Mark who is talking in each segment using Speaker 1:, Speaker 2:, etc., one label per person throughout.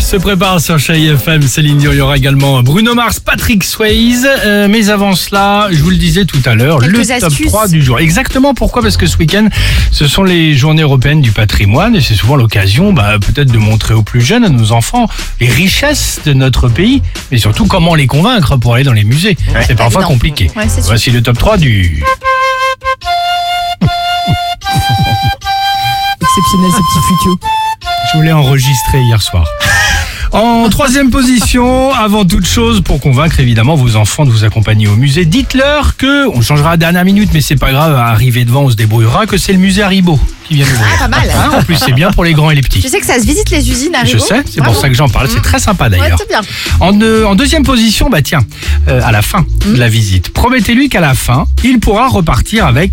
Speaker 1: se prépare sur Chérie FM. Céline Dion, il y aura également Bruno Mars, Patrick Swayze. Euh, mais avant cela, je vous le disais tout à l'heure, le
Speaker 2: Quelques
Speaker 1: top
Speaker 2: astuces.
Speaker 1: 3 du jour. Exactement pourquoi Parce que ce week-end, ce sont les journées européennes du patrimoine et c'est souvent l'occasion bah, peut-être de montrer aux plus jeunes, à nos enfants, les richesses de notre pays, mais surtout comment les convaincre pour aller dans les musées. C'est parfois
Speaker 2: évident.
Speaker 1: compliqué.
Speaker 2: Ouais, c'est sûr.
Speaker 1: Voici le top 3 du...
Speaker 3: Exceptionnel ce petit futur.
Speaker 1: Je voulais enregistrer hier soir. En troisième position, avant toute chose, pour convaincre évidemment vos enfants de vous accompagner au musée, dites-leur que on changera à la dernière minute, mais c'est pas grave, à arriver devant, on se débrouillera, que c'est le musée Haribo qui vient d'ouvrir.
Speaker 2: Ah, Pas mal.
Speaker 1: Hein, en plus, c'est bien pour les grands et les
Speaker 2: Je
Speaker 1: petits.
Speaker 2: sais que ça se visite les usines à
Speaker 1: Je
Speaker 2: Rigaud.
Speaker 1: sais, c'est
Speaker 2: Bravo. Mmh.
Speaker 1: pour ça que j'en parle. C'est très sympa
Speaker 2: Ouais,
Speaker 1: d'ailleurs.
Speaker 2: c'est bien.
Speaker 1: En, deux- en deuxième position, bah tiens, euh, à la fin de la visite, promettez-lui qu'à la fin, il pourra repartir avec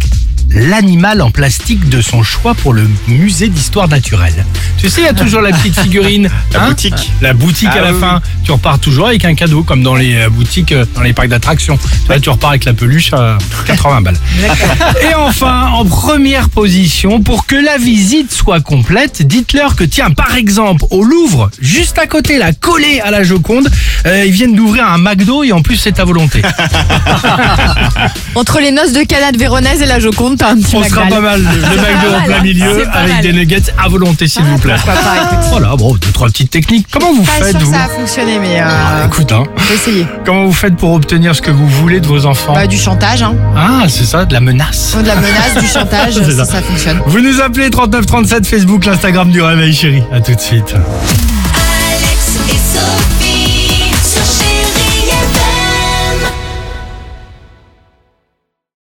Speaker 1: l'animal en plastique de son choix pour le musée d'histoire naturelle. Tu sais, il y a toujours la petite figurine, la boutique, la boutique
Speaker 4: Ah
Speaker 1: à la
Speaker 4: oui, oui.
Speaker 1: fin. Tu repars toujours avec un cadeau, comme dans les euh, boutiques, euh, dans les parcs d'attractions. Tu vois, tu repars avec la peluche à 80 balles. Et enfin, en première position, pour que la visite soit complète, dites-leur que tiens, par exemple, au Louvre, juste à côté, la collée à la Joconde, euh, ils viennent d'ouvrir un McDo et en plus c'est à volonté.
Speaker 2: Entre les noces de canade véronaise et la Joconde, t'as un petit
Speaker 1: On sera
Speaker 2: Magdal.
Speaker 1: pas mal, le McDo en plein
Speaker 2: C'est
Speaker 1: milieu
Speaker 2: pas
Speaker 1: avec
Speaker 2: mal.
Speaker 1: des nuggets à volonté s'il vous plaît. Voilà, bon, deux, trois petites techniques. Comment vous
Speaker 2: Pas
Speaker 1: faites,
Speaker 2: sûr que
Speaker 1: vous
Speaker 2: ça a fonctionné, mais
Speaker 1: Ah,
Speaker 2: euh,
Speaker 1: Écoute, hein,
Speaker 2: on va essayer.
Speaker 1: comment vous faites pour obtenir ce que vous voulez de vos enfants
Speaker 2: Bah, du chantage, hein.
Speaker 1: Ah, c'est ça, de la menace.
Speaker 2: De la menace, du chantage,
Speaker 1: C'est
Speaker 2: ça,
Speaker 1: ça.
Speaker 2: ça fonctionne.
Speaker 1: Vous nous appelez 3937 Facebook, l'Instagram du Réveil Chéri. À tout de suite.
Speaker 5: Alex et Sophie.